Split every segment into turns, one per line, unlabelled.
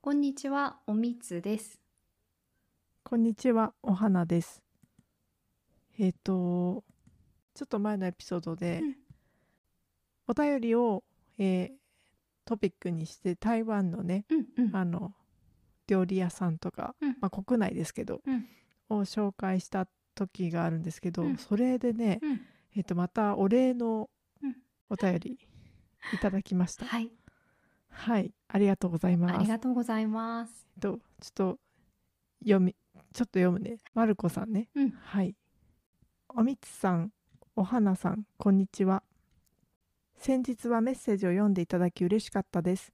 こんにちは、おみつです。
こんにちは、お花です。えっ、と、ちょっと前のエピソードで、
うん
お便りを、えートピックにして台湾のね、
うんうん。
あの料理屋さんとか、
うん
まあ、国内ですけど、
うん
を紹介した時があるんですけど、
うん
それでね、
うん
えっ、とまたお礼の
うん
お便りいただきました。はい、
はい、
ありがとうございます。
ありがとうございます。
えっとちょっと読みちょっと読むねまるこさんね、
うん
はいおみつさんおはなさんこんにちは先日はメッセージを読んでいただき嬉しかったです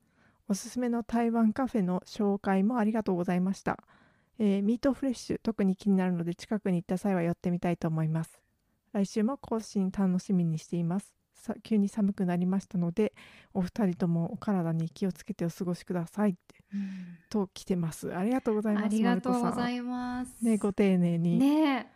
おすすめの台湾カフェの紹介もありがとうございました、えーミートフレッシュ特に気になるので近くに行った際は寄ってみたいと思います来週も更新楽しみにしていますさ急に寒くなりましたのでお二人ともお体に気をつけてお過ごしくださいってと来てます。ありがとうございます。
ありがとうござ
まる
います。
こさんね、ご丁寧に。
ね
ね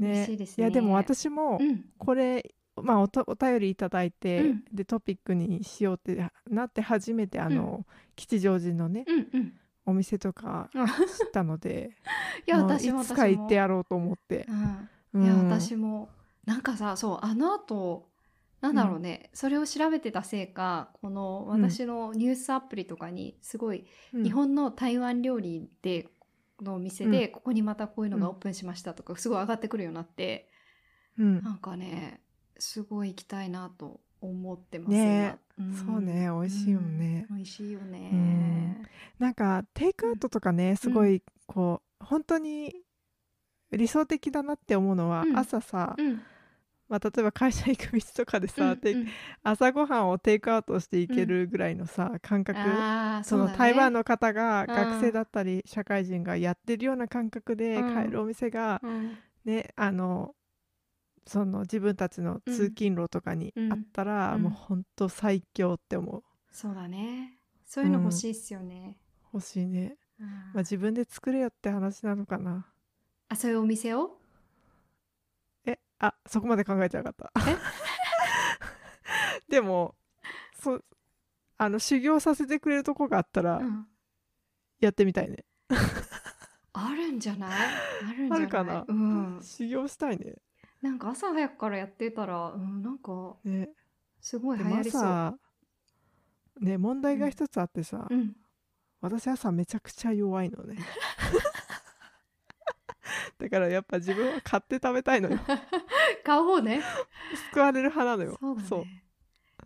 嬉しいですね
や、でも私も
え、うん、
これ、まあ、おとお便りいただいて、
うん
で、トピックにしようってなって初めて、あの、吉祥寺のね、
うん、うん。
お店とか
あ
知ったので、
いや、
もう
私も
い
私
つ
も。
か行ってやろうと思って。
うん、いや、
うん
私も。なんかさ、そう、あの後。なんだろうね、それを調べてたせいか、この
うん
私のニュースアプリとかに、すごい
うん
日本の台湾料理でのお店で、ここにまたこういうのが
うん
オープンしましたとか、すごい上がってくるようになって、
うん
なんかねすごい行きたいなと思ってます
ね
今ん
そうね美味しいよね
うん美味しいよね、
うんなんか、テイクアウトとかね、すごい、こう、本当に、理想的だなって思うのは、
うん
朝さ、
うん
まあ、例えば会社行く道とかでさ、
うん
テイク
うん
朝ごはんをテイクアウトしていけるぐらいのさ、感覚
あー
そうの
だね
台湾の方が
ん
学生だったり社会人がやってるような感覚で
うん
買えるお店が
うん
ね、あのその自分たちの通勤路とかにあったら、
うん
もうほんと最強って思う
そうだねそういうの欲しいっすよね、
欲しいね、
うん
まあ、自分で作れよって話なのかな
あそういうお店を
えあそこまで考えてなかった でもそうあの修行させてくれるとこがあったら
うん
やってみたいね、
あるんじゃ ないあるんじゃない
あるかな
うん、
修行したいね
なんか朝早くからやってたら、うん、なんか
ね
すごい
で
流
も
行りそう、
朝ね問題が一つあってさ、
うん、
私朝めちゃくちゃ弱いのね だからやっぱ自分は買って食べたい のよ
買おうね
救われる派なのよ
そうだね。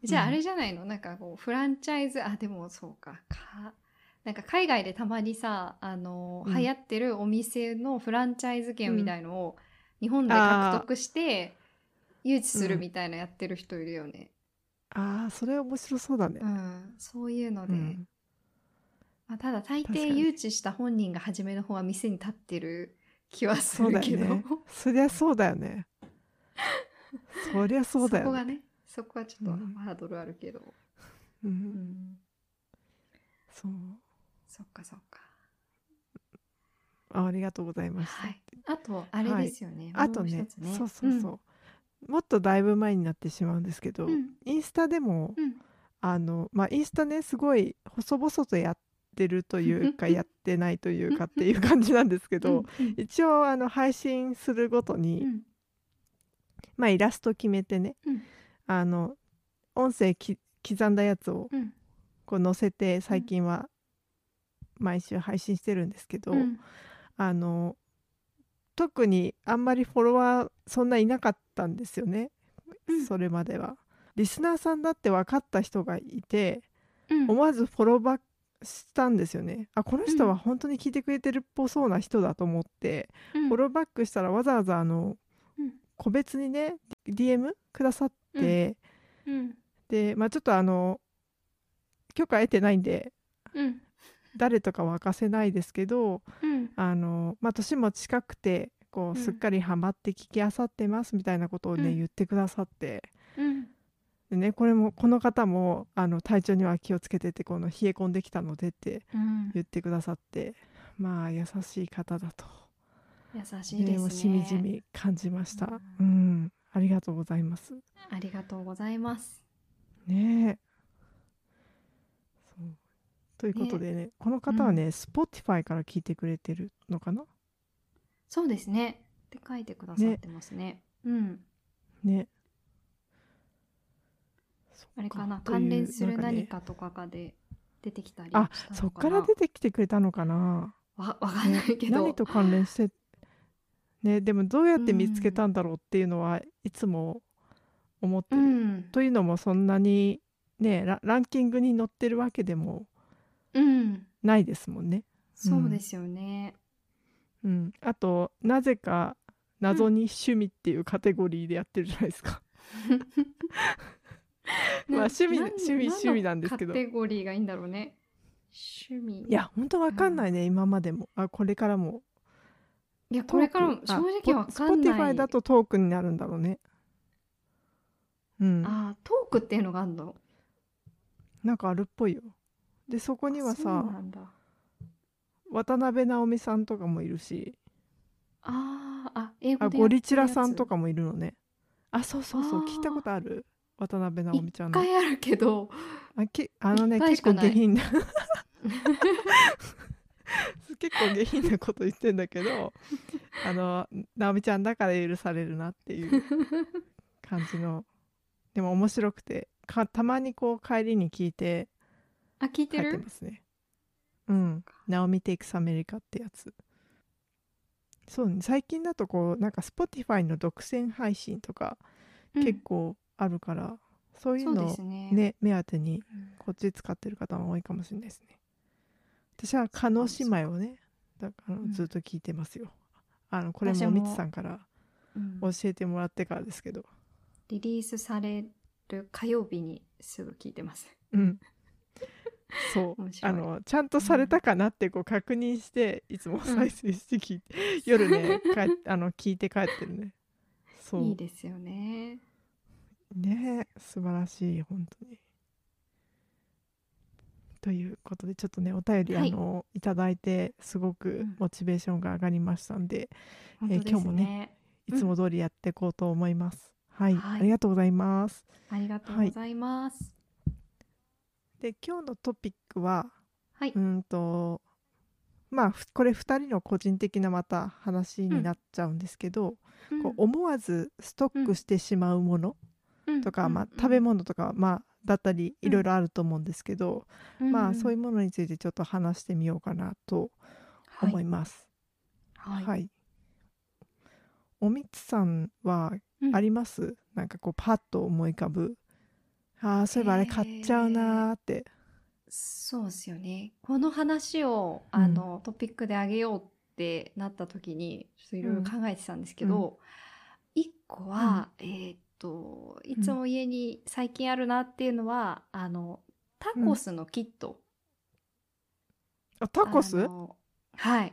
じゃああれじゃないの、なんかこうフランチャイズあでもそうかかなんか海外でたまにさあの、
うん
流行ってるお店のフランチャイズ券みたいのを日本で
あー
獲得して誘致する
うん
みたいなやってる人いるよね。
あーそれ面白そうだね
う、ん、そういうの
う
で、
ん
まあ、ただ大
確か
抵
に
誘致した本人が初めの方は店に立ってる気はす
そう
る
だ
け
よ
ど
ねそりゃそうだよねそりゃそうだ
こ
よね
がねそこはちょっと
うん
ハードルあるけど、う
う、
んん、
そう
そっかそっか。
あありがとうございました、
はい、あとあれですよね、
あと
もう一
ね
つ
そうそうそう、もっとだいぶ前になってしまうんですけど、
うんうん
インスタでも、
うん
あのまあインスタねすごい細々とやってるとい うかやってないというかっていう感じなんですけど、
うん
一応あの配信するごとに、
うん
まあイラスト決めてね、
うん
あの音声き刻んだやつを
うん
こう載せて最近は毎週配信してるんですけど、
うん
あの特にあんまりフォロワーそんないなかったんですよね、
うん
それまでは。リスナーさんだって分かった人がいて、
うん
思わずフォローバックしたんですよねあこの人
う
は
ん
本当に聞いてくれてるっぽそうな人だと思って、
うん
フォローバックしたらわざわざあの
うん
個別にね DM くださって、
うん
で、まあ、ちょっとあの許可得てないんで
うん
誰とかは明かせないですけど
うん
あの、まあ、年も近くてこ
ん
うすっかりハマって聞きあさってますみたいなことをね、
うん
言ってくださって。
うん
でね、これもこの方もあの体調には気をつけててこの冷え込んできたのでって
うん
言ってくださってまあ優しい方だと、
優しいです
もう
ね
しみじみ感じました
う
うんん、ありがとうございます
ありがとうございます
ねえそうということでねこの方はね、Spotify から聞いてくれてるのかな
そうですね。って書いてくださってますね。うん。
ねそっ
あれかな
という
関連する
なんね
何かとかがで出てきたりしたの
あ
かな。
そっから出てきてくれたのかな
わわかんない けど。
何と関連してねでもどうやって見つけたんだろうっていうのはいつも思って
う
る、
ん。
というのもそんなにねラランキングに載ってるわけでも
うん。
ないですもんね。
そうですよね。
うん、あとなぜか謎に趣味っていうカテゴリーでやってるじゃないですか。ま
な
あ趣味
な
趣
の
味趣味なんですけ
カ
ど
テゴリーがいいんだろうね。趣味。
いや本当わかんないね、今までもあこれからも。
いやこれからも
トーク
正直わか
あ
んない。
Spotify だとトークになるんだろうね。うん、
あートークっていうのがあるの。
なんかあるっぽいよ。でそこには
あ
さ
そうなんだ。
渡辺直美さんとかもいるし
あーあ英語
あ
でや
ゴ
ってるやつ
リチラさんとかもいるのねあそうそうそう
あー
聞いたことある渡辺直美
一
ちゃんの
回あるけど。
あけあのね
一回
結
しか
構
ない
下 品な結構下品なこと言ってんだけどあの直美ちゃんだから許されるなっていう感じのでも面白くてかたまにこう帰りに聞いて
あ聞い
帰
て
って
る
ますねうん「ナオミ・テイクス・アメリカ」ってやつそうね最近だとこうなんか Spotify の独占配信とか
うん
結構あるから、そういう
そう
の
で
を
すね。
ね目当てに
うん
こっち使ってる方も多いかもしれないですね私は加納姉妹をねだから
うん
ずっと聞いてますよ、あのこれ
私
も
も
みつさんから
うん
教えてもらってからですけど
リリースされる火曜日にすぐ聞いてます。
うん。そう
面白い
あのちゃんとされたかなってこう確認して、いつも再生して聞いて、夜ね帰っあの聞いて帰ってるねそう
いいですよね。
ねえ素晴らしい本当にということでちょっとねお便り、
はい
あのいただいてすごく
ん
モチベーションが上がりましたんで、
本
えー
当です
今日も
ね。
いつも通りやっていこうと思います、はい、
はい
ありがとうございます
ありがとうございます。
で今日のトピックは
はい。
うーんとまあふこれ2人の個人的なまた話になっちゃうんですけど、
うん
こう思わずストックしてしまうものとか、まあ、食べ、物とか、まあ、だったり
うん
いろいろあると思うんですけど、
うんうん
まあそういう
う
ものについてちょっと話してみようかなと
んうん
思います。
はい。
はいおみつさんは
うん
あります、なんかこうパッと思い浮かぶああそういえばあれ買っちゃうなーって、
そうですよね。この話を、
うん
あのトピックであげようってなった時にちょっといろいろ考えてたんですけど、一個は、えーっといつも家に最近あるなっていうのは、あのタコスのキット。
あタコス
あのはい。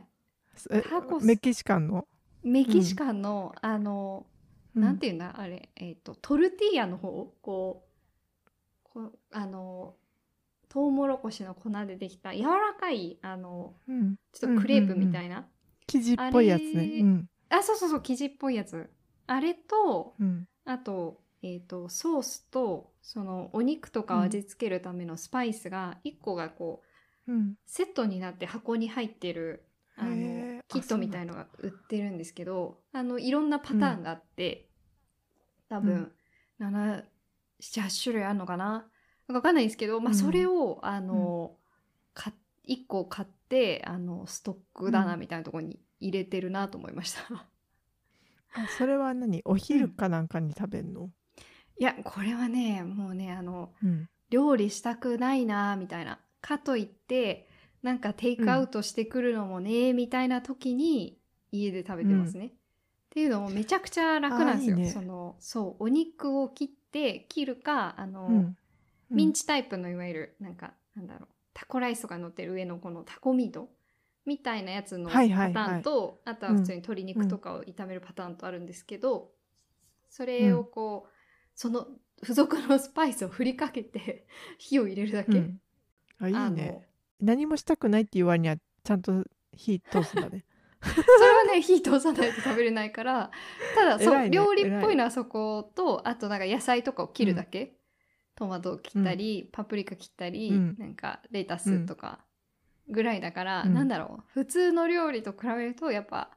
え
タコス
メキシカンの
メキシカンの、あの
うん
なんていうんだあれ、えー、とトルティーヤの方こうこうあのトウモロコシの粉でできた柔らかいあの
うん
ちょっとクレープ
うんうんうん
みたいな、
生地っぽいやつ
あ
ね。
れ
うん
あそうそうそう生地っぽいやつあれと
うん
あと,、えー、とソースとそのお肉とかを味付けるためのスパイスが1個がこう
うん。
セットになって箱に入ってるあ
へ
の
ー
キットみたいのが売ってるんですけどあのいろんなパターンがあって、多分、778種類あるのかななんかわかんないんですけど、ま
う
あ、
ん
それを、あの、か1個買ってあのストック棚
うん
みたいなところに入れてるなと思いました。
あそれは何お昼かなんかに食べんの、
いやこれはねもうねあの
うん
料理したくないなみたいなかといってなんかテイクアウトしてくるのもね、みたいな時に家で食べてますね。っていうのもめちゃくちゃ楽なんですよ。
あーいいね
そのそうお肉を切って切るかあの、
うん
ミンチタイプのいわゆるなんかなんだろうタコライスが乗ってる上のこのタコミートみたいなやつのパタ
はいはいはい
ーンと、あとは普通に鶏肉とかを炒めるパターンとあるんですけど、それをこうその付属のスパイスを振りかけて火を入れるだけ、
うんあいい
あの
ね何もしたくないって言われにはちゃんと火通すんだね
それはね火通さないと食べれないからただそう、
偉いね
料理っぽいのはそことあとなんか野菜とかを切るだけ、トマトを切ったり、パプリカ切ったり、
うん
なんかレタスとかぐらいだから、
うん
なんだろう普通の料理と比べるとやっぱ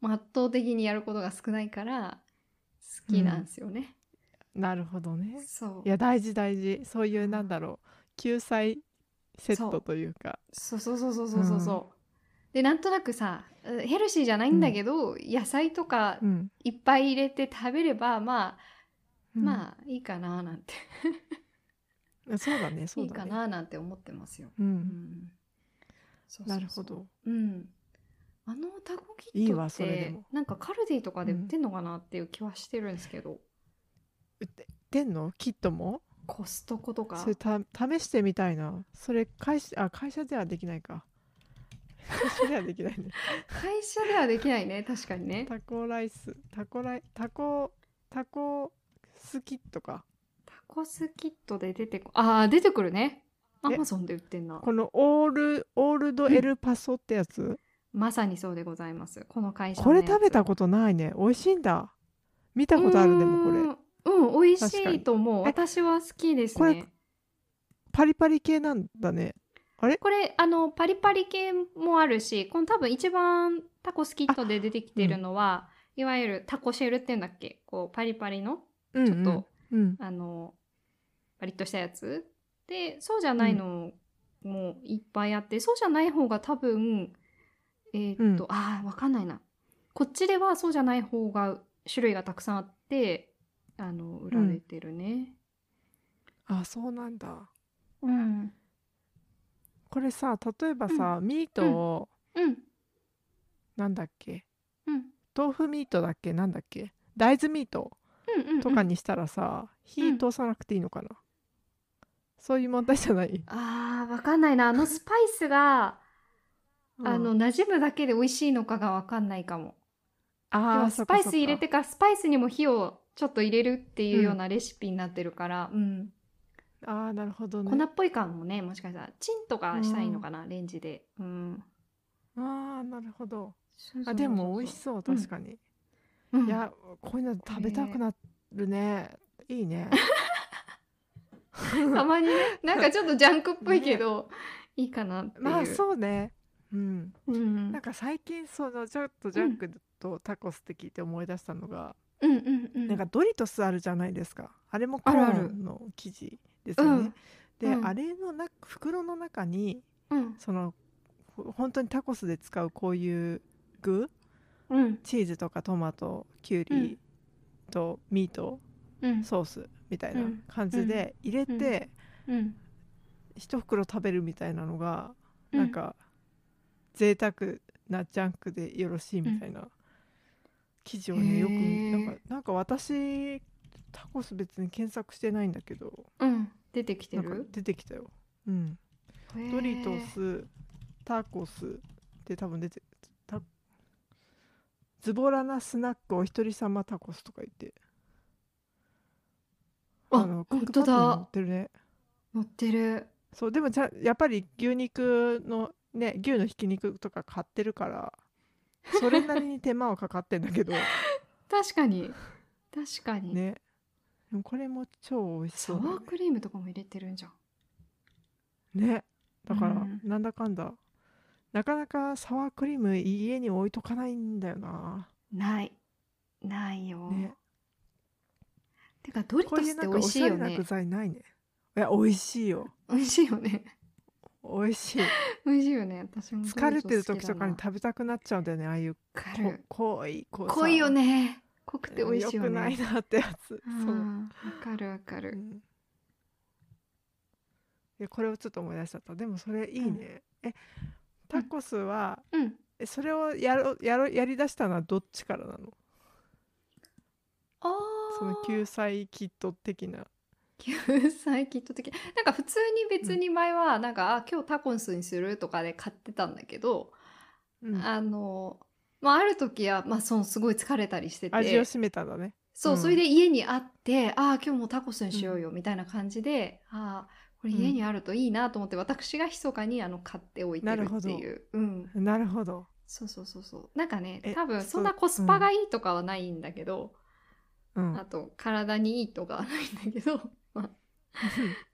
もう圧倒的にやることが少ないから好きなんですよね。
なるほどね
そう
いや大事大事そういうなんだろう救済セッ
そ
ト
う
というか
そうそうそうそうそうそうそう。でなんとなくさうヘルシーじゃないんだけど、野菜とか
うん
いっぱい入れて食べればまあ、
うん
まあいいかななんて、
そうだねそ
いうい
だね
かななんて思ってますよ。
う
うんん、そうそうそう
なるほ。ど
うん。あのタコキットって
いいわそれでも
なんかカルディとかで売ってんのかなっていう気はしてるんですけど、
売ってでんのキットも
コストコとか
それた試してみたいなそれ会社あ会社ではできないか会社ではできないね
会社ではでき ないね確かにね
タコライスタコライタコタコスキットか
タコスキットで出てこああ出てくるねア
え
マゾンで売ってんな
このオールオールドエルパソってやつ、
まさにそうでございますこの会社
こ
のや
れ
つ
食べたことないね美味しいんだ見たことあるでもこ
う
れ
ーんうん美味し
確かに
いと思う
え
私は好きです
これ
ね
パリパリ系なんだね
これあのパリパリ系もあるしこの多分一番タコスキットで出てきてるのは、いわゆるタコシェルっていうんだっけこうパリパリの
ちょっ
ちょっと、
うん
あのパリッとしたやつでそうじゃないのもいっぱいあって、そうじゃない方が多分えーっと、
う
あーわかんないなこっちではそうじゃない方が種類がたくさんあってあの売られてるね。
あそうなんだ
うん、
これさ例えばさ、ミートを、
うん、
なんだっけ
うん、うん、
豆腐ミートだっけなんだっけ大豆ミート
うんうん
とかにしたらさ、火通さなくていいのかな、そういう問題じゃない、
あーわかんないなあ のスパイスが、 あの
うん
馴染むだけで美味しいのかがわかんないかも。で
あ
も
ー
スパイス入れてからスパイスにも火をちょっと入れるっていうようなレシピになってるから、うん
ああーなるほどね
粉っぽい感もねもしかしたらチンとかしたらいいのかな、レンジで、うん、
ああなるほど
そうそうそうそう
あでも美味しそう
うん
確かに、
うん
いやこういうの食べたくなるねいいね
た まにねなんかちょっとジャンクっぽいけど、いいかなっていう
まあ
う、
そうねうん
うん、
なんか最近そのちょっとジャンクとタコスって聞いて思い出したのが、
うんうんうん
なんかドリトスあるじゃないですかあれもコ
あるある
ーンの生地ですよね。
うん
で、
うん
あれのな袋の中に
うん
そのほ本当にタコスで使うこういう具
うん
チーズとかトマトキュウ
う
リ
ん
とミート、
うん
ソースみたいな
うん
感じで入れて、
うん
一袋食べるみたいなのが、
うん
なんか贅沢なジャンクでよろしいみたいな記事をね、
へー
よく見なんかなんか私タコス別に検索してないんだけど
うん出てきて
なんか
る
出てきたよ、うん、
へー
ドリトスタコスで多分出てたズボラなスナックお一人様タコスとか言って
あ
クッ
本
ク
当
パッドに載
だ
ってるね
乗ってる
そうでもじゃやっぱり牛肉のね牛のひき肉とか買ってるからそれなりに手間はかかってん だけど
確かに確かに、
ねでもこれも超美味し
サ
そ
ワ
うだ
ークリームとかも入れてるんじゃん
ねねだから
うん
なんだかんだなかなかサワークリーム家に置いとかないんだよな
ないないよ、
ね
てかドリ
こ
ト
う
ス
い
っ
うな
て美
んかお
味し
し
い
ゃ
よ
れな
ね
具材ないねいや美味しいよ
美味しいよね
美味しい
美味しいよね私も
疲れてる時
ド
と
リ
かに
トス好きだな
食べたくなっちゃうんだよねああいう
わか
こ
る
濃いこうさ
濃いよね濃くて美味しいよね
良く ないなってやつ
うん
そう
わかるわか
う
る
んいやこれをちょっと思い出しちゃったでもそれいいね、えタコスは、
うん
えそれをやろやろやりだしたのはどっちからなの
あ
その
ー
救済キット的な
救済キット的なんか普通に別に前はなんか、あ今日タコスにするとかで買ってたんだけど、
うん
あのまあある時はまあそのすごい疲れたりしてて
味を占めたんだね
そう、
うん
それで家にあってああ今日もタコスにしようよみたいな感じで、ああこれ家にあるといいなと思って、私が密かにあの買っておいてるって
な
いう、うん、
なるほど、
そうそうそうそうなんかね
え
多分
そう
そんなコスパがいいとかはないんだけど、
うん
あと体にいいとかはないんだけど、ま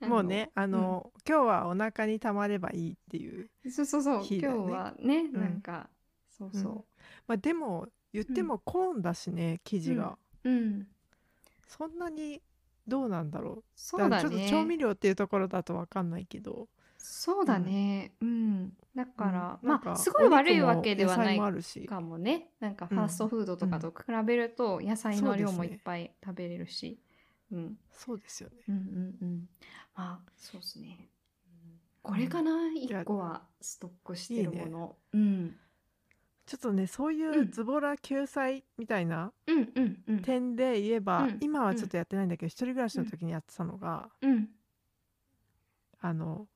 あ
もうねあの、今日はお腹にたまればいいっていう、
そうそうそう、
日 だ
今
よね
日はね、
ん
なんか、そうそ
まあ、でも言ってもコーンだしね、生地が、
う。うん。
そんなにどうなんだろう
そうだ
からちょっと調味
ね。
料っていうところだとわかんないけど
そうだね。うん。だから、
うんなん
ま
か
あ、すごい悪い
お肉も
わけでは
野
な
菜
い
もあるし
かもね。なんか、
う
フ
ん
ァーストフードとかと比べると、野菜
そ
の
うで
量
すね
もいっぱい食べれるし。うん。
そうですよね
うんうんうん。まあ、そうですね。うんこれかな、一個はストックしてるもの。うん。
ちょっとねそうい
うん
うズボラ救済みたいな
うんうんうん。
点で言えば、
うん
今はちょっとやってないんだけど、一人暮らしの時にやってたのが、
うん。
あの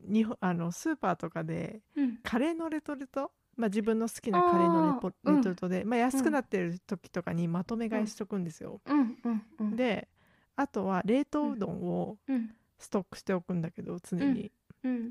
日本あのスーパーとかで
うん。
カレーのレトルト、まあ、自分の好きなカレーのレポ
あーうん
レトルトで、まあ、安くなってる時とかにまとめ買いしとくんですよ。
うんうんうん。、
であとは冷凍うどんを
うん
ストックしておくんだけど常に、
うん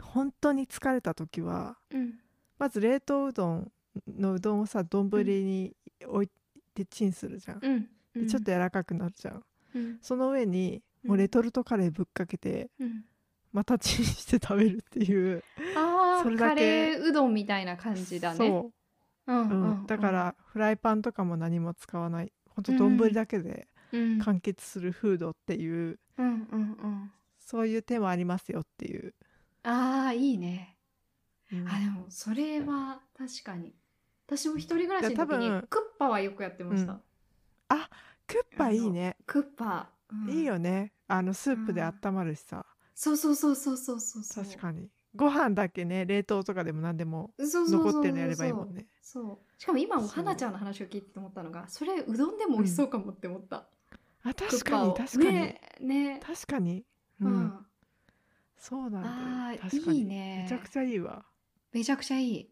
本当に疲れた時は
うん。
まず冷凍うどんのうどんをさ丼に置いてチンするじゃん、
うんう
で
ん。
ちょっと柔らかくなるじゃん
うん
その上に
うん
もうレトルトカレーぶっかけて
うん。
またチンして食べるっていう
あ
そ
あ、
れだけ
カレーうどんみたいな感じだね。。
そう
ん
う、うん、だか、らフライパンとかも何も使わないほんと丼だけで
うん、
完結するフードっていう、
うんうん
そういう手もありますよっていう、
うん。ああ、いいね。
うん
あ、でも、それは確かに。私も一人暮らしの
いや多
時に
分
クッパはよくやってました。
うんクッパいいね
クッパ、うん
いいよねあのスープで温まるしさ、
そうそうそうそうそうそうそう。
確かにご飯だけね冷凍とかでも何でも
に。そうそうそうそう
残ってるのやればいいもんね
そう。しかも今お
そう
花ちゃんの話を聞いてて思ったのが、それうどんでも美味しそうかもって思った。ク
あ確
ッ
か
パ
に
を
確かに、
ねね。
確かに、うん
うん。
そうなんだよ
ああ
確かに
いいね
めちゃくちゃいいわ
めちゃくちゃいい。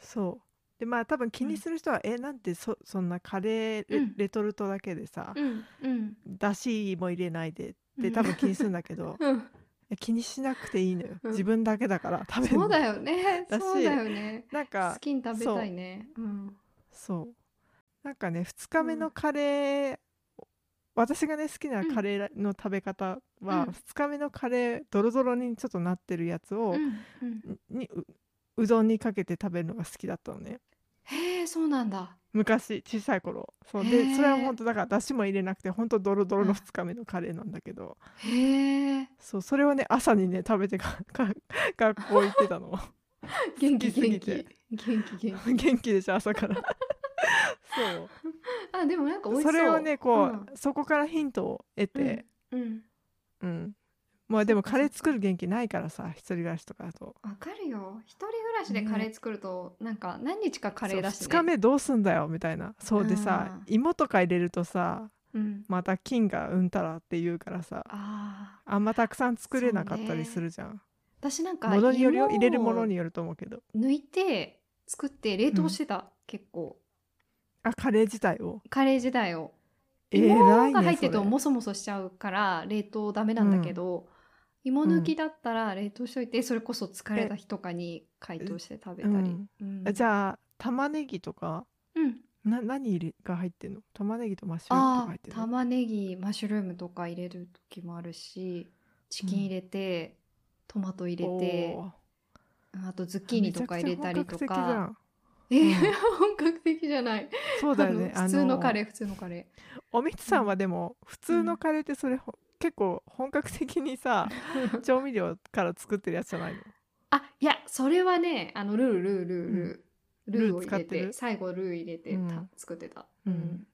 そうでまあ多分気にする人は、えなんでそそんなカレー
う
レ,、
ん
トルトだけでさ、
うんうん。
だしも入れないでっ
う
て
ん
多分気にするんだけど、
うん、
え気にしなくていいのよ
うん
自分だけだから食べるの
そうだよね。
だし
そうだよね。
なん
好
か
きに食べたいね。うん。
そうなんかね2日目のカレー、私がね好きなカレーの食べ方
う
は、
ん
2日目のカレードロドロにちょっとなってるやつを、
うんうん、
にううどんにかけて食べるのが好きだったのね
へえ、そうなんだ。
昔小さい頃そう
へ
で
ー
それは本当だからだしも入れなくて本当ドロドロの2日目のカレーなんだけど
へえ。
そうそれをね朝にね食べてかか 学校行ってた の
元
好
気
きす
元
ぎ
気。元
て
気元気。
元気でしょ朝からそう
あ、でもなんか美味しそ。
そうれをねこ
ん
う、そこからヒントを得て、
うん、うん。
うんまあで
そ
も
っか
カレー作る元気ないからさ一人暮らしとかだと
わかるよ。一人暮らしでカレー作ると、なんか何日かカレーだし、ね。
2日目どうすんだよみたいなそうでさ
あー
芋とか入れるとさ
うん。
また菌がうんたらって言うからさ
ああ。
あんまたくさん作れなかったりするじゃん、
私なんか
ものによるよ
芋を
入れるものによると思うけど
抜いて作って冷凍してた、結構。
あカレー自体を
カレー自体を。
え
芋
らい
が入
ね
ってると
それ
もそもそしちゃうから冷凍ダメなんだけど、芋抜きだったら冷凍しといて、それこそ疲れた日とかに解凍して食べたり、
うん
うん
じゃあ玉ねぎとか
うん
な何入れが入ってんの玉ねぎとマッシュルームとか
あ
入って
ー
るの
玉ねぎマッシュルームとか入れる時もあるしチキン入れて、トマト入れて
おー
うんあとズッキーニとか入れたりと
めちゃくちゃ本格的じゃ
か
ん
えー、
うん
本格的じゃない
そうだよね
あ の普通のカレ
ー
ー普通のカレ
おみつさんはでも普通のカレーってそれ、ほ結構本格的に さ
ー
調味料から作ってるやつじゃないの
あいやそれはねあのルールールールー、
ん
ルーを入れ
ルー使って
て
る
最後ルー入れてた、
うん
作ってた、
うん
うん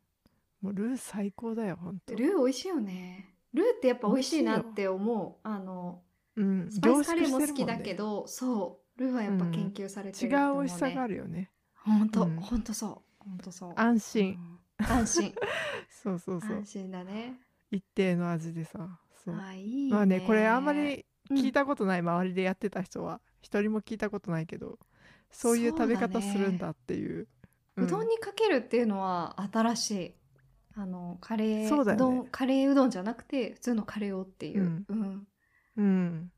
もうルー最高だよ本当
ルー美味しいよねルーってやっぱ美味しいなって思うあの
うん
スパイスカレーも好きだ
凝縮して
け
るもんね
ど、そうルーはやっぱ研究されてるって
違
思
う
う、ね
美味しさがあるよね
本当、
うん
本当そう、本当そう。
安心、
うん安心、
そう そうそう
安心だね。
一定の味でさそう
あ、いいね。
まあねこれあんまり聞い
た、
たことない周りでやってた人は一人も聞いたことないけどそういう食べ方するんだっていう
うどんにかけるっていうのは新しい。あのカレー
そうだよね
どん、カレーうどんじゃなくて普通のカレーをっていう。
うん
うん。
うん、うん、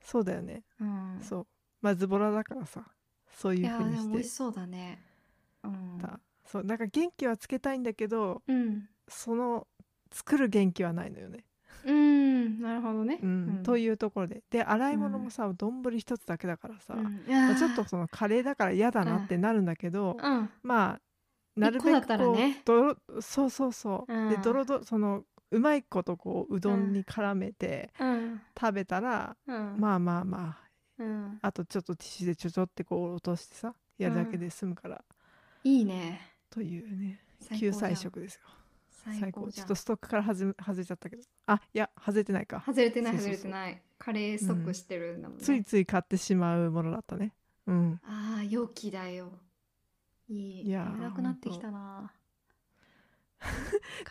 そうだよね
うん
そうまあズボラだからさそういう
や
ふう
ー
に
でも美味
し
してそうだね。うん。
たそうなんか元気はつけたいんだけど
うん。
その作る元気はないのよね
うんうんなるほどね。
うんと
い
いうところでで洗い物もさ丼一つだけだからさ、まあちょっとそのカレーだから嫌だなってなるんだけど、
うん
まあなるべ
一個だ
く
ったら
こう、
ね
どろそうそうそう、
うん
でドロドロそのうまいことこううど
う
んに
ん
絡めて
うん
食べたら、
うん
まあまあま
うん
ああとちょっとティッシュでちょちょってこう落としてさやるだけで済むから、
いいね。
というね
最高じゃ
救
ん
済食ですよ
最高
ち
じ
ょ
ゃ
っ
ん
と。ストックから外れ外れちゃったけどあいや外れてないか
外れてない
そうそう
外
そ
れ
う
てない。カレーストックしてるんだもんね。
ついつい買ってしまうものだったねうん
ああ容器だよ。いい。
いやー
食べなくなってきたな。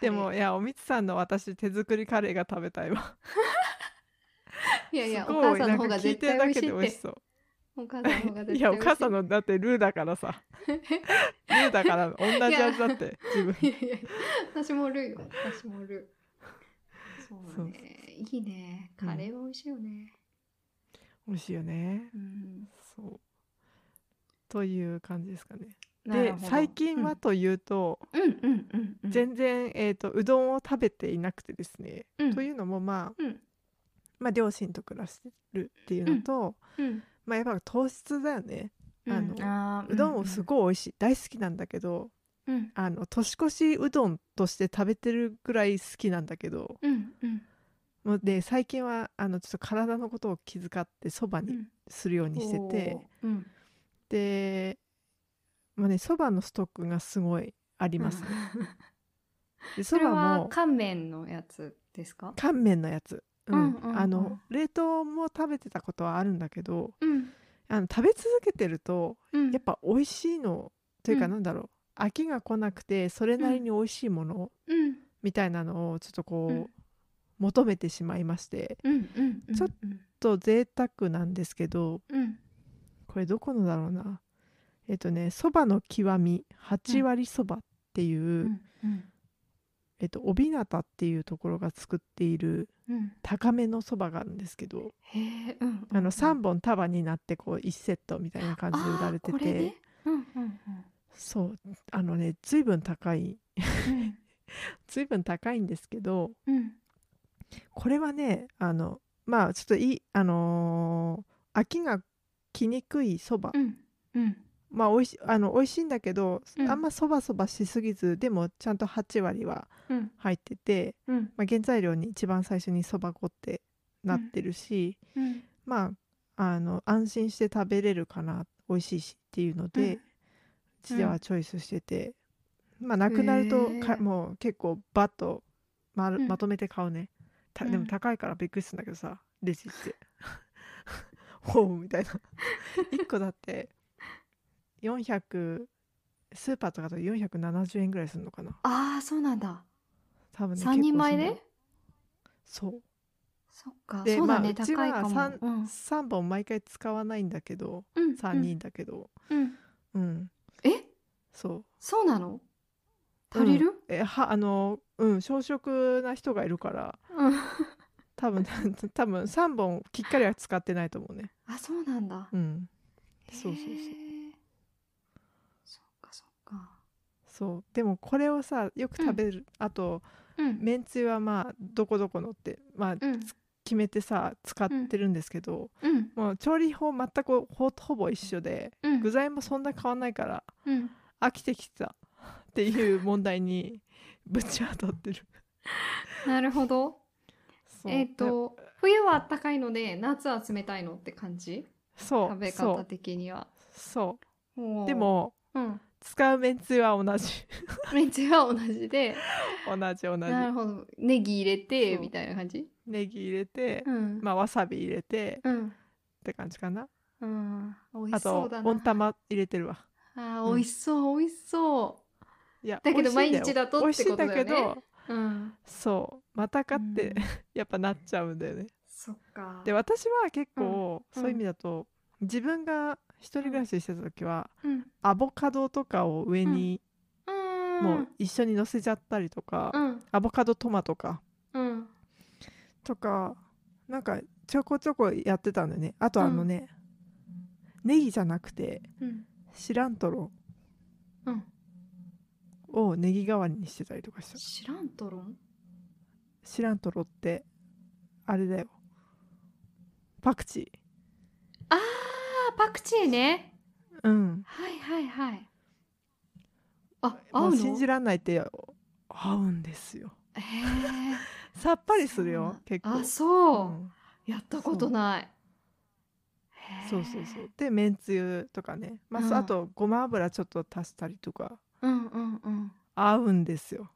でも
カレ
いやおみつさんの私手作りカレーが食べたいわ
ーいやいや
す
お
ご
母
い
さん
な
の
んか
方が
聞い
絶
てる
対
だ
美味
け
し
で
い
美
っ。
味してそう
お母さんの方が絶対美味しい。
いやお母さんのだってルーだから さルーだから同じ味だって自分
いやいや私もルーよ私もルーそうだ
そう
ねいいねカレーは美味しいよね
美味しいよね
うん、
そうという感じですかね
なる
で
ほど
最近はというと、
うんうんうんうん
全然、えー、とうどんを食べていなくてですね、
うん
というのも、まあ、
うん
まあ両親と暮らしてるっていうのと、
うん
まあやっぱ糖質だよねあの
あー
うどんをすごい美味しい、大好きなんだけど
うん
あの年越しうどんとして食べてるぐらい好きなんだけど
うんうん
もうで最近はあのちょっと体のことを気遣ってそば
う
に
ん
するようにしてて、
おーうん
でもうねそばのストックがすごいありますね。で
そ
そ
れ
ば
は
も
乾麺のやつですか
乾麺のやつ、うん
うんうんうん
あの冷凍も食べてたことはあるんだけど
うん
あの食べ続けてると
うん
やっぱ美味しいのというか
うん
なんだろう、飽きが来なくてそれなりに美味しいもの
うん
みたいなのをちょっとこう、
うん
求めてしまいまして
うんうんうん
ちょっと贅沢なんですけど
うん
これどこのだろうなえっとねそばの極み8割そばっていう、
うんうん
えっと帯名っていうところが作っている
うん
高めのそばがあるんですけど
へえうんうんうん
あの3本束になってこう1セットみたいな感じで売られて
あーこれ
て
ねうんうん
そうあのね随分高い
うん
随分高いんですけど
うんうん
これはねあのまあちょっといいあのー飽きが来にくいそば、
うんうん
まあ美味しあの美味しいんだけど、
うん
あんまそばそばしすぎずでもちゃんと8割は
うん
入ってて、
うん
まあ、原材料に一番最初にそば粉ってなってるし、
うん
まああの安心して食べれるかな美味しいしっていうので、うちではチョイスしてて、まあなくなるとか、
へー
もう結構バッとま,、
うん
まとめて買うねたで
う
も
ん
高いからびっくりするんだけどさレジ してほうみたいな1個だって400スーパーとかだと470円ぐらいするのかな
ああそうなんだ
多分ね
三人前
結構す
で
るのそう
そっか
で
そうだね、
まあうち
高いか
は
も
三
うん
3本毎回使わないんだけど
うん
3人だけど
うんうん
うん
え
そう
そうなの
うん
足りる
えはあのうん小食な人がいるから
うん
多分 多分3本きっかりは使ってないと思うね
あそうなんだ
うんそうそうそう
へーそっかそっか
そうでもこれをさよく食べる、あと
うん
めんつゆはまあどこどこのってまあ
うん
決めてさ使ってるんですけど、
うん
もう調理法全くほほぼ一緒で
うん
具材もそんな変わんないから
うん
飽きてきたっていう問題にぶち当た ってる
なるほど
そう
えっと冬はあったかいので夏は冷たいのって感じ
そう
食べ
そ
方
う
的には
そ
お
う
ー
でも
うん
使うめんつゆは同じ
めっちゃ同じで
同じ同じ
なるほどネギ入れて
そう
みたいな感じ
ネギ入れて、
うん
まあわさび入れて
うん
って感じかな
うん美味
あ
しそ
と
うだな
温玉入れてるわ
あ
う
ー
ん
美味しそう美味しそ
いや
だけど
美味しいんよ
毎日だとってことだよね
美味しいんだけど
ううん
そうまたかって、
うん
やっぱなっちゃうんだよね
そっか
で私は結構、
うん
そういう意味だと自分が一人暮らししてた時は、
うん
アボカドとかを上に
うん
もう一緒に乗せちゃったりとか、
うん
アボカドトマトか
うん
とかなんかちょこちょこやってたんだよねあとあのね、ネギじゃなくて
うん
シラントロ
うん
をネギ代わりにしてたりとかした
知らんとろん
シラントロってあれだよパクチ
あーパクチーね
ーうん
はいはいはいあ合
も
う
う
の
信じらんないって合うんですよ
へー
さっぱりするよ結構
あそう、
うん
やったことない
そうそうそうでめんつゆとかね、まあ
うん
あとごま油ちょっと足したりとか
ううんうんうん
合うんですよ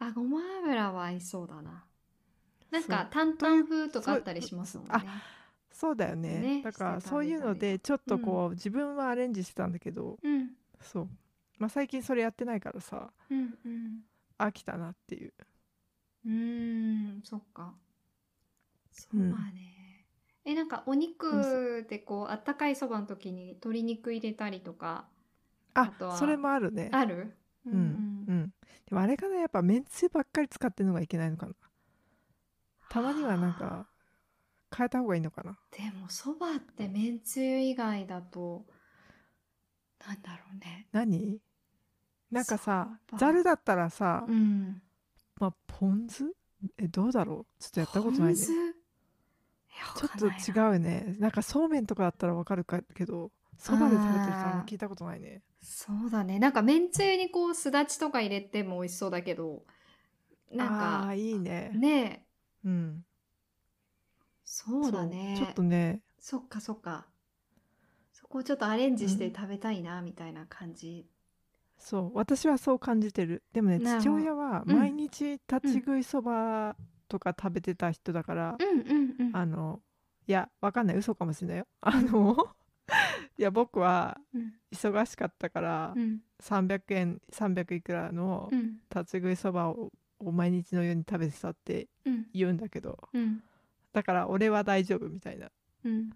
あごま油は合いそうだななん
そ
か
う
担々風とかあったりしますもんね
あそうだよね
ね
だから
して
そういうのでちょっとこう、自分はアレンジしてたんだけど
うん
そう、まあ、最近それやってないからさ
うんうん
飽きたなっていう
うーんそっかそう
うん
まあね、えなんかお肉でこうあったかいそばの時に鶏肉入れたりとかあ
あ
とは
それもあるね
あるう
うんうんでもあれかなやっぱめんつゆばっかり使ってるのがいけないのかなたまにはなんか変えた方がいいのかな
でもそばってめんつゆ以外だとなんだろうね
何なんかさ
そば
ざるだったらさ、
うん
まあポン酢えどうだろうちょっとやったことな
ポン
いねち
酢い
ょっと
や
違
わかんないな
うよねなんかそうめんとかだったらわかるかけどそばで食べてる人あんま
あー
聞いたことないね
そうだねなんかめんつゆにこうすだちとか入れても美味しそうだけどなん
あ
か
ーいいね
ねえ
うん
そうだね
そうちょっとね
そっかそっかそこをちょっとアレンジして食べたいなみたいな感じ、
そう私はそう感じてるでもね
なるほど
父親は
うん
毎日立ち食いそばとか食べてた人だから、
うん、うんうん
あのいやわかんない嘘かもしれないよあのいや僕は
うん
忙しかったから、
うん
300円300いくらの
うん
立ち食いそばをを毎日のように食べてたって
うん
言うんだけど
うん
だから俺は大丈夫みたいな
うん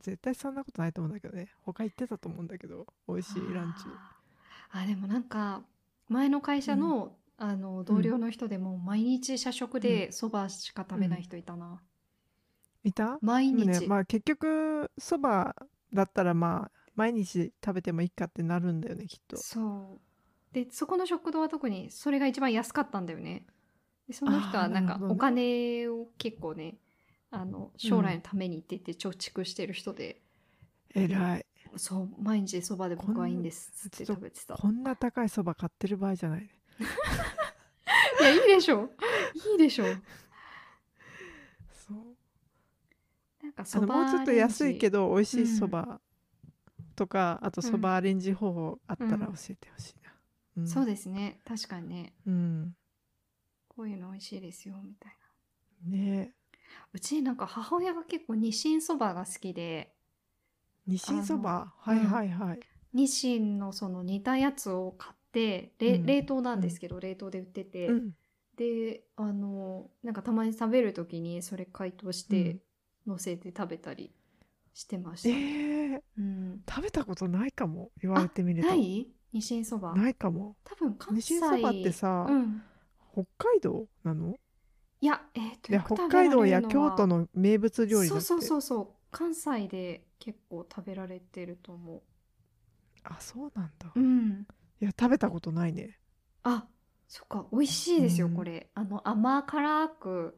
絶対そんなことないと思うんだけどね他行ってたと思うんだけど美味しいランチ
あーあでもなんか前の会社の、あの同僚の人でも毎日社食でそばしか食べない人いたな、
いた
毎
でもね
日、
まあ結局そばだったらまあ毎日食べてもいいかってなるんだよねきっと
そうでそこの食堂は特にそれが一番安かったんだよねでその人はなん
あ
か
ーなるほどね
お金を結構ねあの将来のためにって言って貯蓄してる人で、
えらい
そう毎日そばで僕はいいんですっつって
こん
食べてた
こんな高いそば買ってる場合じゃないね
いやいいでしょいいでしょ
そう
なんかそ
あの
ば
もうちょっと安いけ
ど
ど美味し
う
い
ん
そばとか、あとそばアレンジ方法あったら
うん
教えてほしいな、うん
そうですね確かにね
うん
こういうの美味しいですよみたいな
ね
うちなんか母親が結構日清そばが好きで
日清そば
あ
は
の
いはいはい、
日清のその煮たやつを買って、れ
うん
冷凍なんですけど、冷凍で売ってて、
うん
であのなんかたまに食べる時にそれ解凍して乗せて食べたりしてました、
え
うん
ー、食べたことないかも言われてみると
ない日清そば
ないかも
多分関
日
西
清そばってさ、
うん、
北海道なの
いやえっ、と
で
よく
北
食べられ
海
るの
道
は
や京都の名物料理だ
そ
っ
う
て
そうそうそう関西で結構食べられてると思
あそうなんだ、
ううん
いや食べたことないね
あそっか美味しいですよ、
うん
これあの甘辛く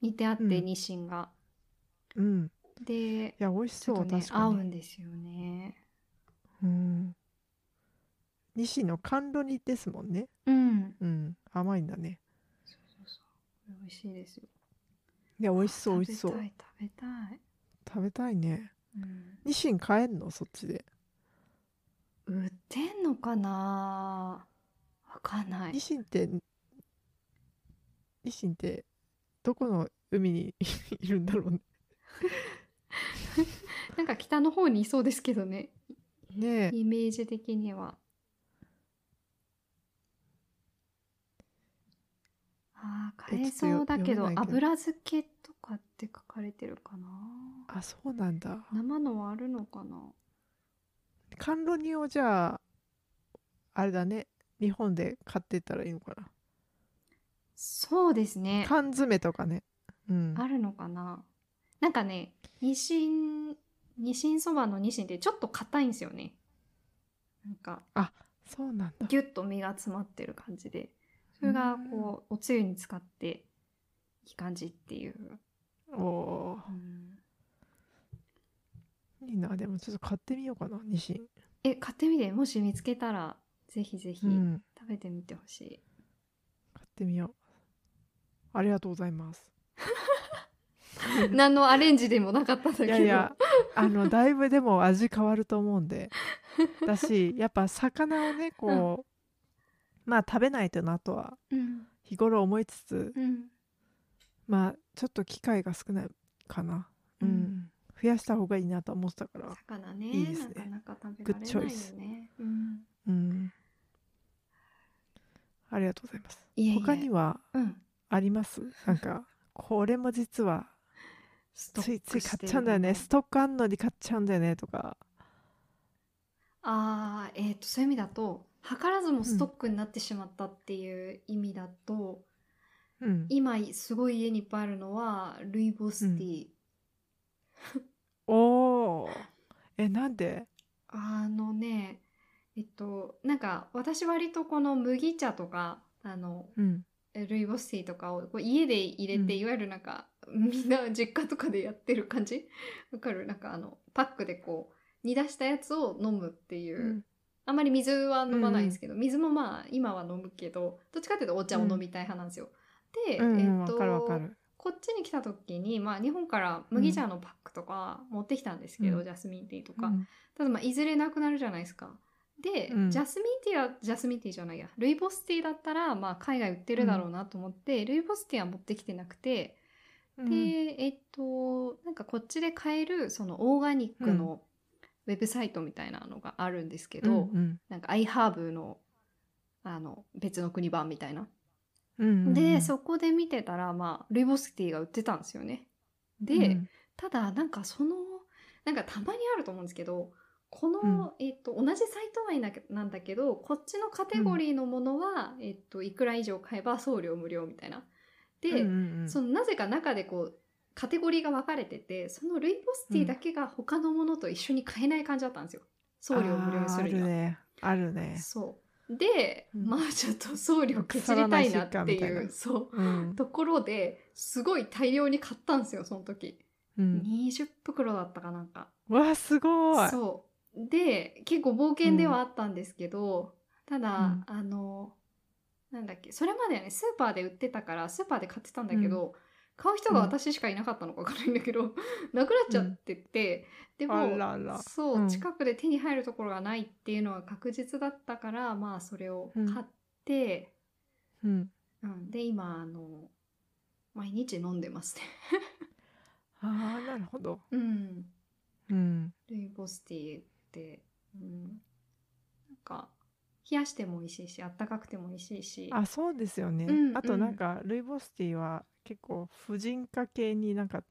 煮てあって、
うん
日清が
うん
で
いや美味し
ち
そ
ょっ
う、
とね
確
合
か
う
に
んですよね
うん西の甘露煮ですもんね
うん
うん甘いんだね
そうそうそうこれ美味しいですよ
いや美味しそう美味しそう
食べたい食べたい、
食べたいねニシン買えんのそっちで
うん、売ってんのかなわかんない
ニシンってニシンってどこの海に いるんだろうね
なんか北の方にいそうですけどね
ねえ
イメージ的にはあー
え
買えそうだけ
ち
ど
ょっと読めないけど
油漬けとかって書かれてるかな
あそうなんだ
生のはあるのかな
甘露煮をじゃああれだね日本で買ってったらいいのかな
そうですね
缶詰とかねうん
あるのかななんかねニシンニシンそばのニシンってちょっと硬いんですよねなんか
そうなんだ
ギュッと身が詰まってる感じでそれがこうおつゆに使っていい感じっていうう
おー
ん
いいなでもちょっと買ってみようかなニシン、
え買ってみてもし見つけたらぜひぜひ
うん、
食べてみてほしい、
買ってみようありがとうござ います
何のアレンジでもなかったんだけ
い
ど
やいやあのだいぶでも味変わると思うんでだしやっぱ魚をねこう、まあ食べないとなとは
うん
日頃思いつつ
うん
まあちょっと機会が少ないかなうん、
うん
増やした方がいいなと思ってたから
魚ね
いいですね
なかなか食べられないよね、うん、
うんありがとうございます
いえいえ
他には
うん
ありますなんかこれも実は
ストッ
ついつ
ク
い買
し
って
る
ちゃうんだよ
も
ね
の
ストックあんのに買っちゃうんだよねとか
ああ、えっと、そういう意味だと、図らずもストックになってしまったっていう意味だと、
うん
今すごい家にいっぱいあるのは、ルイボスティー。
おーえなんで
あのね、えっと、なんか私割とこの麦茶とか、あの、
うん
ルイボスティーとかをこう家で入れて、
うん
いわゆるなんか、みんな実家とかでやってる感じ わかるなんかあの、パックでこう、煮出したやつを飲むっていうう。
ん
あんまり水は飲まないんですけど、水もまあ今は飲むけどどっちかっていうとお茶を飲みたい派なんですよ。で、
うんうん
えっ
わ
と
かるわかる
こっちに来た時に、まあ、日本から麦茶のパックとか持ってきたんですけど、
うん
ジャスミンティーと
う
か、
ん
ただまあいずれなくなるじゃないですか。で、
うん
ジャスミンティーはジャスミンティーじゃないやルイボスティーだったらまあ海外売ってるだろうなと思って、ルイボスティーは持ってきてなくて、
う
で、
ん
えっと、なんかこっちで買える、そのオーガニックのウェブサイトみたいなのがあるんですけど、
うん
なんか iHerb の、あの、別の国版みたいな。
うんうんうん
で、そこで見てたら、まあ、ルイボスティーが売ってたんですよね。で
うん
ただ、なんかその、なんかたまにあると思うんですけど、この、
うん
えっと、同じサイト内ななんだけど、こっちのカテゴリーのものは、えっと、いくら以上買えば送料無料みたいな。で、
うんうんうん
そのなぜか中でこうカテゴリーが分かれててそのルイボスティーだけが他のものと一緒に買えない感じだったんですよ送料無料にするに
あーある
は。
ねあるね
そうで、
うん
まあちょっと送料くじりたいなって
腐らないしかみたい
いう
な
そう
うん
ところですごい大量に買ったんですよその時、
うん
20袋だったかなんか
わすごい
そうで結構冒険ではあったんですけど、ただ、あのなんだっけそれまではねスーパーで売ってたからスーパーで買ってたんだけど、買う人が私しかいなかったのかわからないんだけど、 なくなっちゃってて、で
あ
も
らら
そう、
うん
近くで手に入るところがないっていうのは確実だったからまあそれを買って、
うん
うんで今あの毎日飲んでますね。
あーなるほど
うん
うん
ルイボスティーって、うん、なんか冷やしても美味しいしあったかくても美味しいし
あそうですよね、
うん
あとなんかルイボスティーは結構婦人科系になんか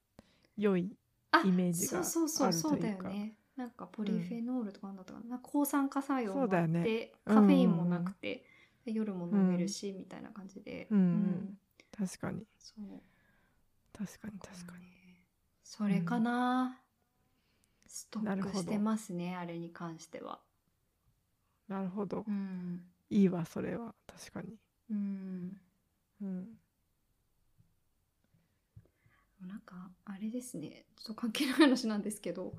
良い
あ
イメージが
そ
あ
う
る
そうそうそ
と
うだ
いう
よ
か
ねなんかポリフェノールとかなんだったかな,、抗酸化作用もあ
そ
っ
うだ
て、
よね
カフェインもなくて、夜も飲めるし、みたいな感じで、
うんうん
うん
確かに
そう
確かに確かに
ねそれかな、スト
なる
ッ
ほ
ク
ど
してますねあれに関しては
なるほど
うん
いいわそれは確かに
うん
うん
なんかあれですねちょっと関係ない話なんですけど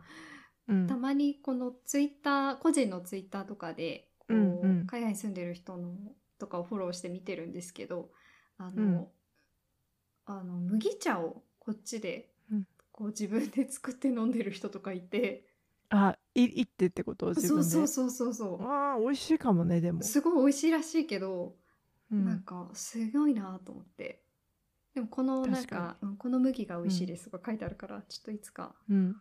うん
たまにこのツイッター個人のツイッターとかでこう、
うんうん
海外に住んでる人のとかをフォローして見てるんですけどあの、
うん
あの麦茶をこっちで、
うん
こう自分で作って飲んでる人とかいて
あいいってってこと自
そ
分
う
で
そうそうそうそ
あー美味しいかもねでも
う、すごい美味しいらしいけど、
う
なん
ん、
かすごいなと思ってでもこのなん
確か
かうんこの麦が美味しいです」とか書いてあるから、ちょっといつか
うん、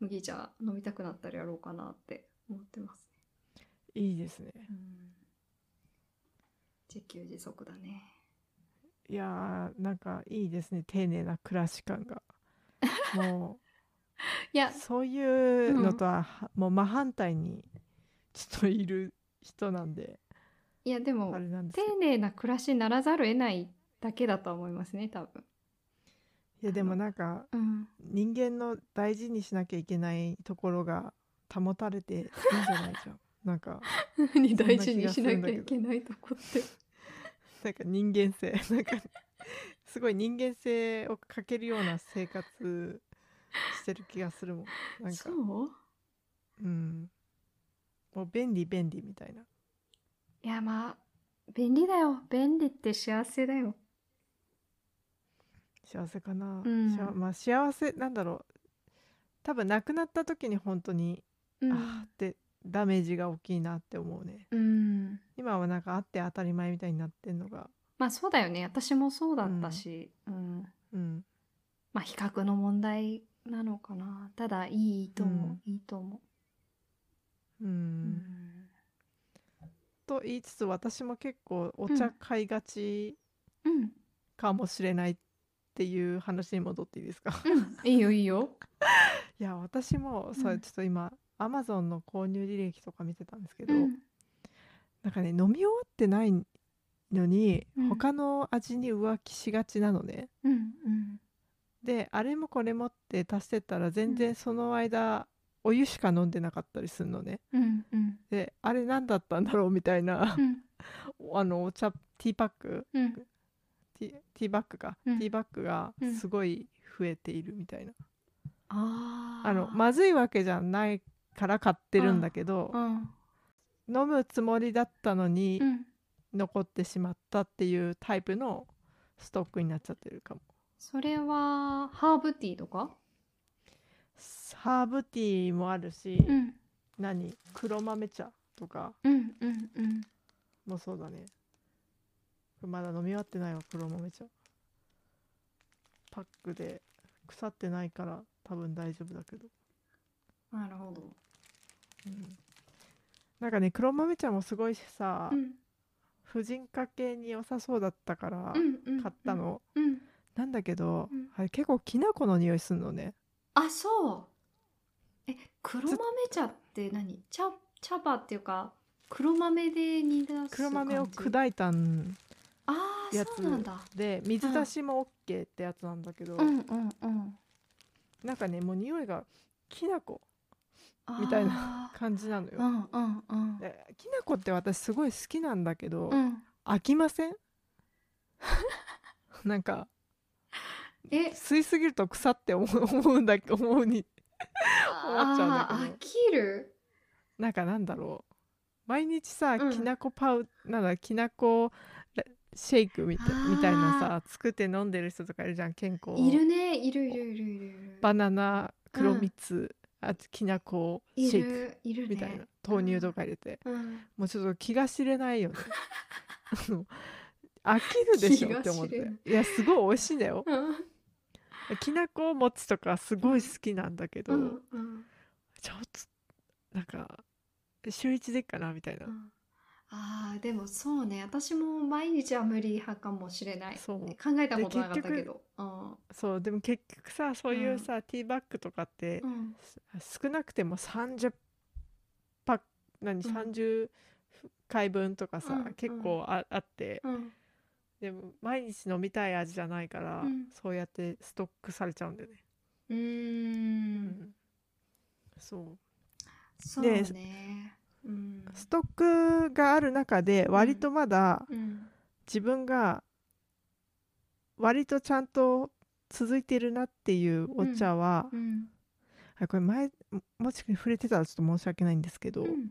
麦茶飲みたくなったらやろうかなって思ってます。
いいですね
うん自給自足だね。
いやーなんかいいですね丁寧な暮らし感 がも
いや
う、そういうのとは、はもう真反対にちょっといる人なんで
いやでも
あ、れなんです
丁
けど
寧な暮らしにならざるを得ないだけだとは思いますね、多分。
いやでもなんか
うん。
人間の大事にしなきゃいけないところが保たれていいんじゃない じゃんなんか
何
そん
大
な気が
事にしな
するん
きゃ
だけ
い
ど
けないとこって。
なんか人間性なんかすごい人間性を欠けるような生活してる気がするもんなんか
そう
うんもう便利便利みたいない
やまあ便利だよ便利って幸せだよ
幸せかな、
うん
しあまあ幸せなんだろう多分亡くなった時に本当に、
う
ああーってダメージが大きいなって思うね
うん
今はなんかあって当たり前みたいになってんのが
まあそうだよね私もそうだったし、うん
うん
まあ比較の問題なのかなただいいと思う、いいと思
うん、
う、
と言いつつ私も結構お
う
茶
ん
買いがち
うんうん
かもしれないっていう話に戻っていいですか
うん いいよいいよ
いや私もそうれ
ん
ちょっと今、アマゾンの購入履歴とか見てたんですけ
う
ど、
ん
なんかね飲み終わってないのに、
うん
他の味に浮気しがちなのね
うんうん
であれもこれもって足してったら全然その間、お湯しか飲んでなかったりするのね
うんうん
であれ何だったんだろうみたいな
うん
あのお茶ティーパック
うん
ティティーバッグか、
うん
ティーバッグが
うん
すごい増えているみたいな、
あー
あのまずいわけじゃないから買ってるんだけど
うん
飲むつもりだったのに
うん
残ってしまったっていうタイプのストックになっちゃってるかも
それはハーブティーとか
ハーブティーもあるし、
うん
何黒豆茶とか
うんうんうん
もそうだねまだ飲み終わってないわ黒豆茶パックで腐ってないから多分大丈夫だけど
なるほど
うんなんかね黒豆茶もすごいしさ、
うん
婦人科系に良さそうだったから
うんうん
買ったの、
うん
なんだけど、
うん
あれ結構きな粉の匂いすんのね
あそうえ黒豆茶って何茶茶葉っていうか黒豆で煮出す感じ
黒豆を砕いたん
ああ
や
そうなんだ
で水出しも OK ってやつなんだけど、
うんうんうん
なんかねもう匂いがきな粉みたい
あ
な感じなの
ーう
よ、
んうんうん
できな粉って私すごい好きなんだけど、
うん
飽き ませんなんか
え
吸いすぎると腐って思う思うんだけ思うに思っちゃうんだけ
あ
ど
ー飽きる
なんかなんだろう毎日さ
うん
きなこパウなんだきなこらシェイクみた
あー
みたいなさ作って飲んでる人とかいるじゃん健康
いるねいるいるいるいるいる
バナナ黒蜜、あときなこシ
い
ェイク
るいるね
みたいな豆乳とか入れて
うん
もうちょっと気が知れない よねあの飽きるでしょって思
気が
っ
知
て
れない
いやすごい美味しいんだよ
うん
きなこ餅とかすごい好きなんだけど、
うんうん
ちょっとなんか週一でっかなみたいな、
うんあーでもそうね私も毎日は無理派かもしれない
そう
考えたことなかったけどうん
そうでも結局さそういううんさ、ティーバッグとかって、
うん
す少なくても30パック何、
うん
30回分とかさ、
うん
結構ああって
うん
でも毎日飲みたい味じゃないから、
うん
そうやってストックされちゃうんだよね。
うーん、
そう
そうね。うん、
ストックがある中で割とまだ
うん、
自分が割とちゃんと続いてるなっていうお茶は、
うん、
あこれ前ももちに触れてたらちょっと申し訳ないんですけど、
うん、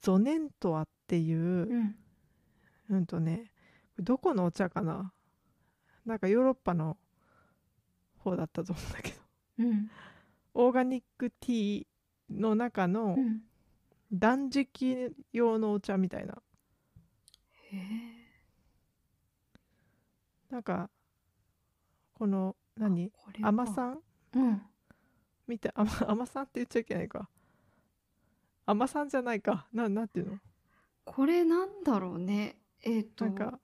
ゾネントアっていう、
うん、
うん、とねこれどこのお茶かななんかヨーロッパの方だったと思うんだけど
うん、
オーガニックティーの中の
うん、
断食用のお茶みたいな
へえ、
なんかこの何
これは
甘さ、ん
うん、
見て甘甘さんって言っちゃいけないか甘さんじゃないかななんていうの
これなんだろうね。えっ、
なん
と、
か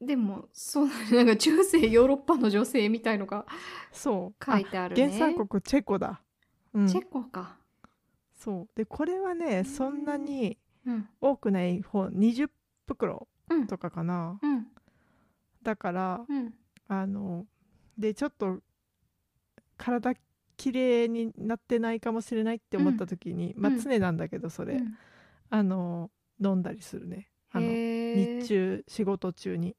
でもそう だね。なんか中世ヨーロッパの女性みたいのが
そう
書いてあるね。
原産国チェコだ、うん、
チェコか。
そうでこれはね
ん
そんなに
うん、
多くない方20袋
うん、
とかかな
うん、
だから
うん、
あのでちょっと体きれいになってないかもしれないって思った時に、まあ
うん
常なんだけどそれ、
うん
あの飲んだりするねあの
へえ
日中仕事中に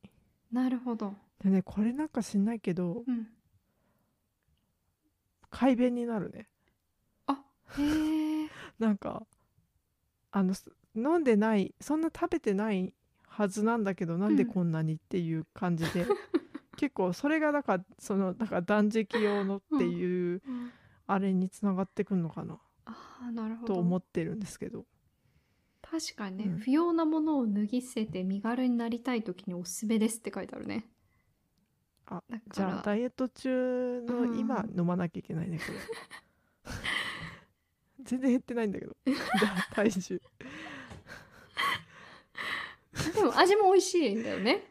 なるほど。
でねこれなんか知んないけど
うん。
快便になるね
あ、へえ。
なんかあのす飲んでないそんな食べてないはずなんだけどなんで
うん
こんなにっていう感じ で結構それがだからそのなんか断食用のっていうあれにつながってくるのかな
ああ、なるほ
と
ど。
思ってるんですけど
確かにね、
うん
不要なものを脱ぎ捨てて身軽になりたい時におすすめですって書いてあるね。
あ
だから
じゃあダイエット中の
うん
今飲まなきゃいけないねこ れ全然減ってないんだ けど体重
でも味も美味しいんだよね。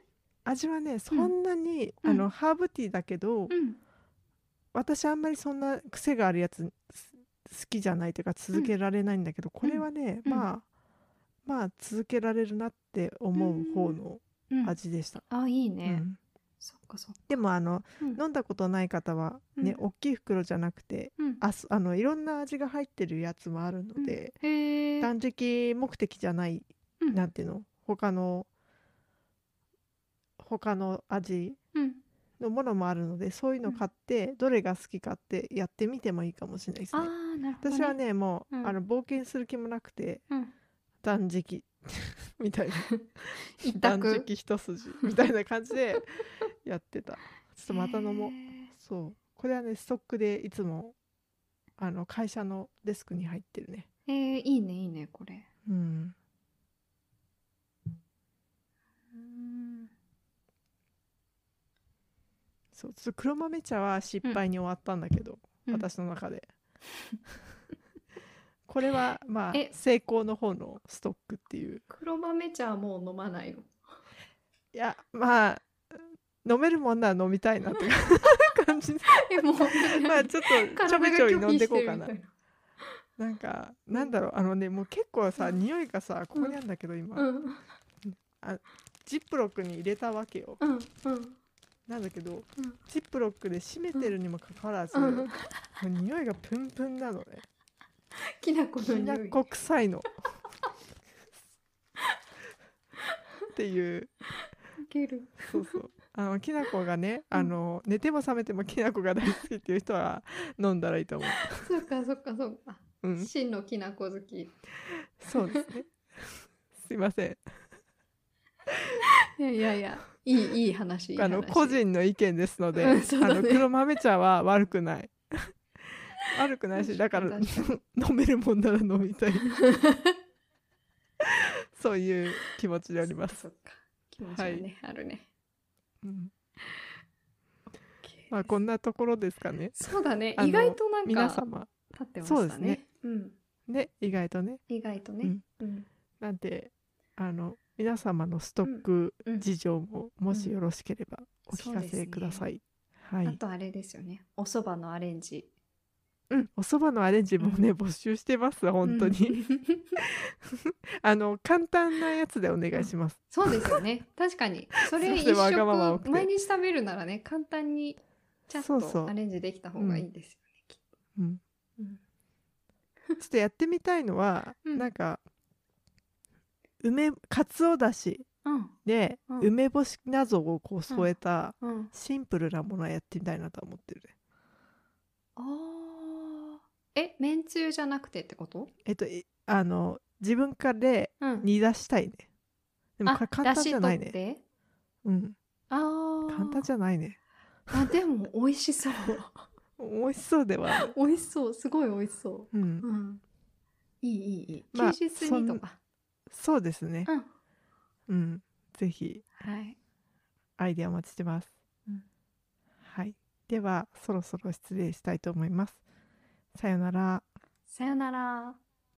味はねそんなに、
うん
あのハーブティーだけど、
うん。
私あんまりそんな癖があるやつす好きじゃないというか続けられないんだけど、これはね、
うん
まあまあ続けられるなって思う方の
うん、
味でした、
あ、いい
うん
ね。そっかそっか。
でもあの
うん
飲んだことない方はね、
うん
大きい袋じゃなくて
うん。
あすあのいろんな味が入ってるやつもある
うん
ので、
へえ。
断食目的じゃない、
うん
なんていうの他の他の味
うん。
のものもあるのでそういうの買って、どれが好きかってやってみてもいいかもしれないです
あ
ね。
あ、なるほど、ね。
私は。ねもう、
うん
あの冒険する気もなくて
うん。
断食 みたいな
一
断
択。
食一 筋みたいな感じでやってたちょっとまた飲も
へ
う
ー
そうこれはねストックでいつもあの会社のデスクに入ってるね
えー、いいねいいねこれ
うん
うん
そうちょっと黒豆茶は失敗に終わったんだけど、
うん
私の中で これはまあ
え
成功の方のストックっていう
黒豆茶はもう飲まないの
いやまあ飲めるもんなら飲みたいなって 感じで
え もう
まあちょっとち
体
ょび
が
ちょび
拒否
飲んでこ
し
う
て
か
るみ
な
たい
なんかなんだろうあのねもう結構さ
うん
匂いがさここにあるんだけど今、
うん
ジップロックに入れたわけよ
うんうん
なんだけど、
うん
ジップロックで閉めてるにもかかわらず、
う
も
ん
う匂いがプンプンなのね
きなこの
き
匂
ないこ臭いのっていう
いける
そうそう。あのきな粉がね、あの寝ても覚めてもきな粉が大好きっていう人は飲んだらいいと思
そっかそっかそっか
う。 うん、
真のきなこ好き
そうですね。すいません。
いやいやいやいいいい話いい話
あの個人の意見ですので、
うんそうだ
あ
ね
の黒豆茶は悪 くない。悪くないし、だから
確か
飲めるもんなら飲み たい。そういう気持ちでおります。
そっか気持ちがね、あるね
うん、まあこんなところですかね。
そうだね
あの
意外となん
皆
か
様
立ってま
そう
し
で
た
す
ね
ね
うん
ね意外とね、
意外とねうん
なんてあの皆様のストック
うん
事情ももしよろしければお聞
そ
か
うです
せ
ね
ください。は
あ
い。
とあれですよねお蕎麦のアレンジ
うん、お蕎麦のアレンジもね、募集してます本当に。
うん
あの簡単なやつでお願いします。
そうですよね確かにそれ
す
一
いませんわがまま多
食
くて
毎日食べるならね簡単にちゃん
そうそう
とアレンジできた方がいいです
うん。
よね
ちょっとやってみたいのは、
うん
なんか梅かつおだし
うん
で、
うん
梅干し謎をこう添えた、
うん、うん、
シンプルなものはやってみたいなとは思ってるね。
あーえめんつゆじゃなくてってこと
えっといあの自分からで
うん
煮出したいね。でも
あ
か簡単じゃない
だし
ね。
取って
うん。
あー
簡単じゃないね。
あでも美味しそう
美味しそうではある。
美味しそうすごい美味しそ
うん
う、うんいいいいいい
まあ
休日にとか、
そうですね。
うん
うん、ぜひ
はい
アイデアお待ちしてます。
うん
はい、ではそろそろ失礼したいと思います。さようなら。
さよなら